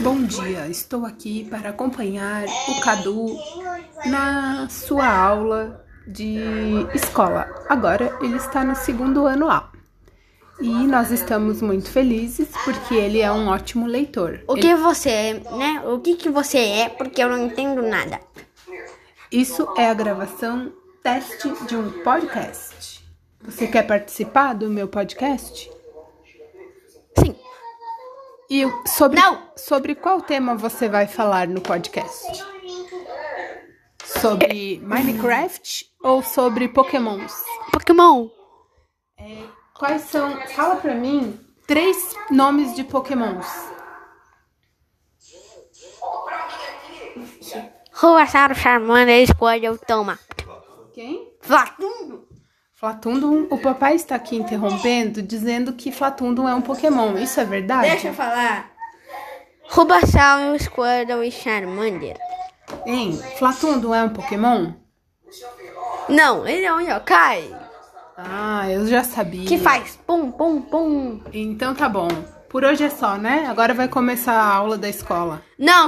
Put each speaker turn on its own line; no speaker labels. Bom dia, estou aqui para acompanhar o Cadu na sua aula de escola. Agora ele está no segundo ano A. E nós estamos muito felizes porque ele é um ótimo leitor.
O que você é, né? O que, que você é, porque eu não entendo nada.
Isso é a gravação teste de um podcast. Você quer participar do meu podcast?
Sim.
E sobre,
Não.
sobre qual tema você vai falar no podcast? Sobre Minecraft ou sobre Pokémons?
Pokémon.
Quais são. Fala pra mim três nomes de Pokémons.
Roassaro, Charmander, Squirtle, Toma.
Quem?
Flatundo.
Flatundum. O papai está aqui interrompendo, dizendo que Flatundum é um Pokémon. Isso é verdade?
falar. Robassal, Squirtle e Charmander.
Hein? Flatundum é um Pokémon?
Não, ele é um yokai.
Ah, eu já sabia.
Que faz pum, pum, pum.
Então tá bom. Por hoje é só, né? Agora vai começar a aula da escola.
Não,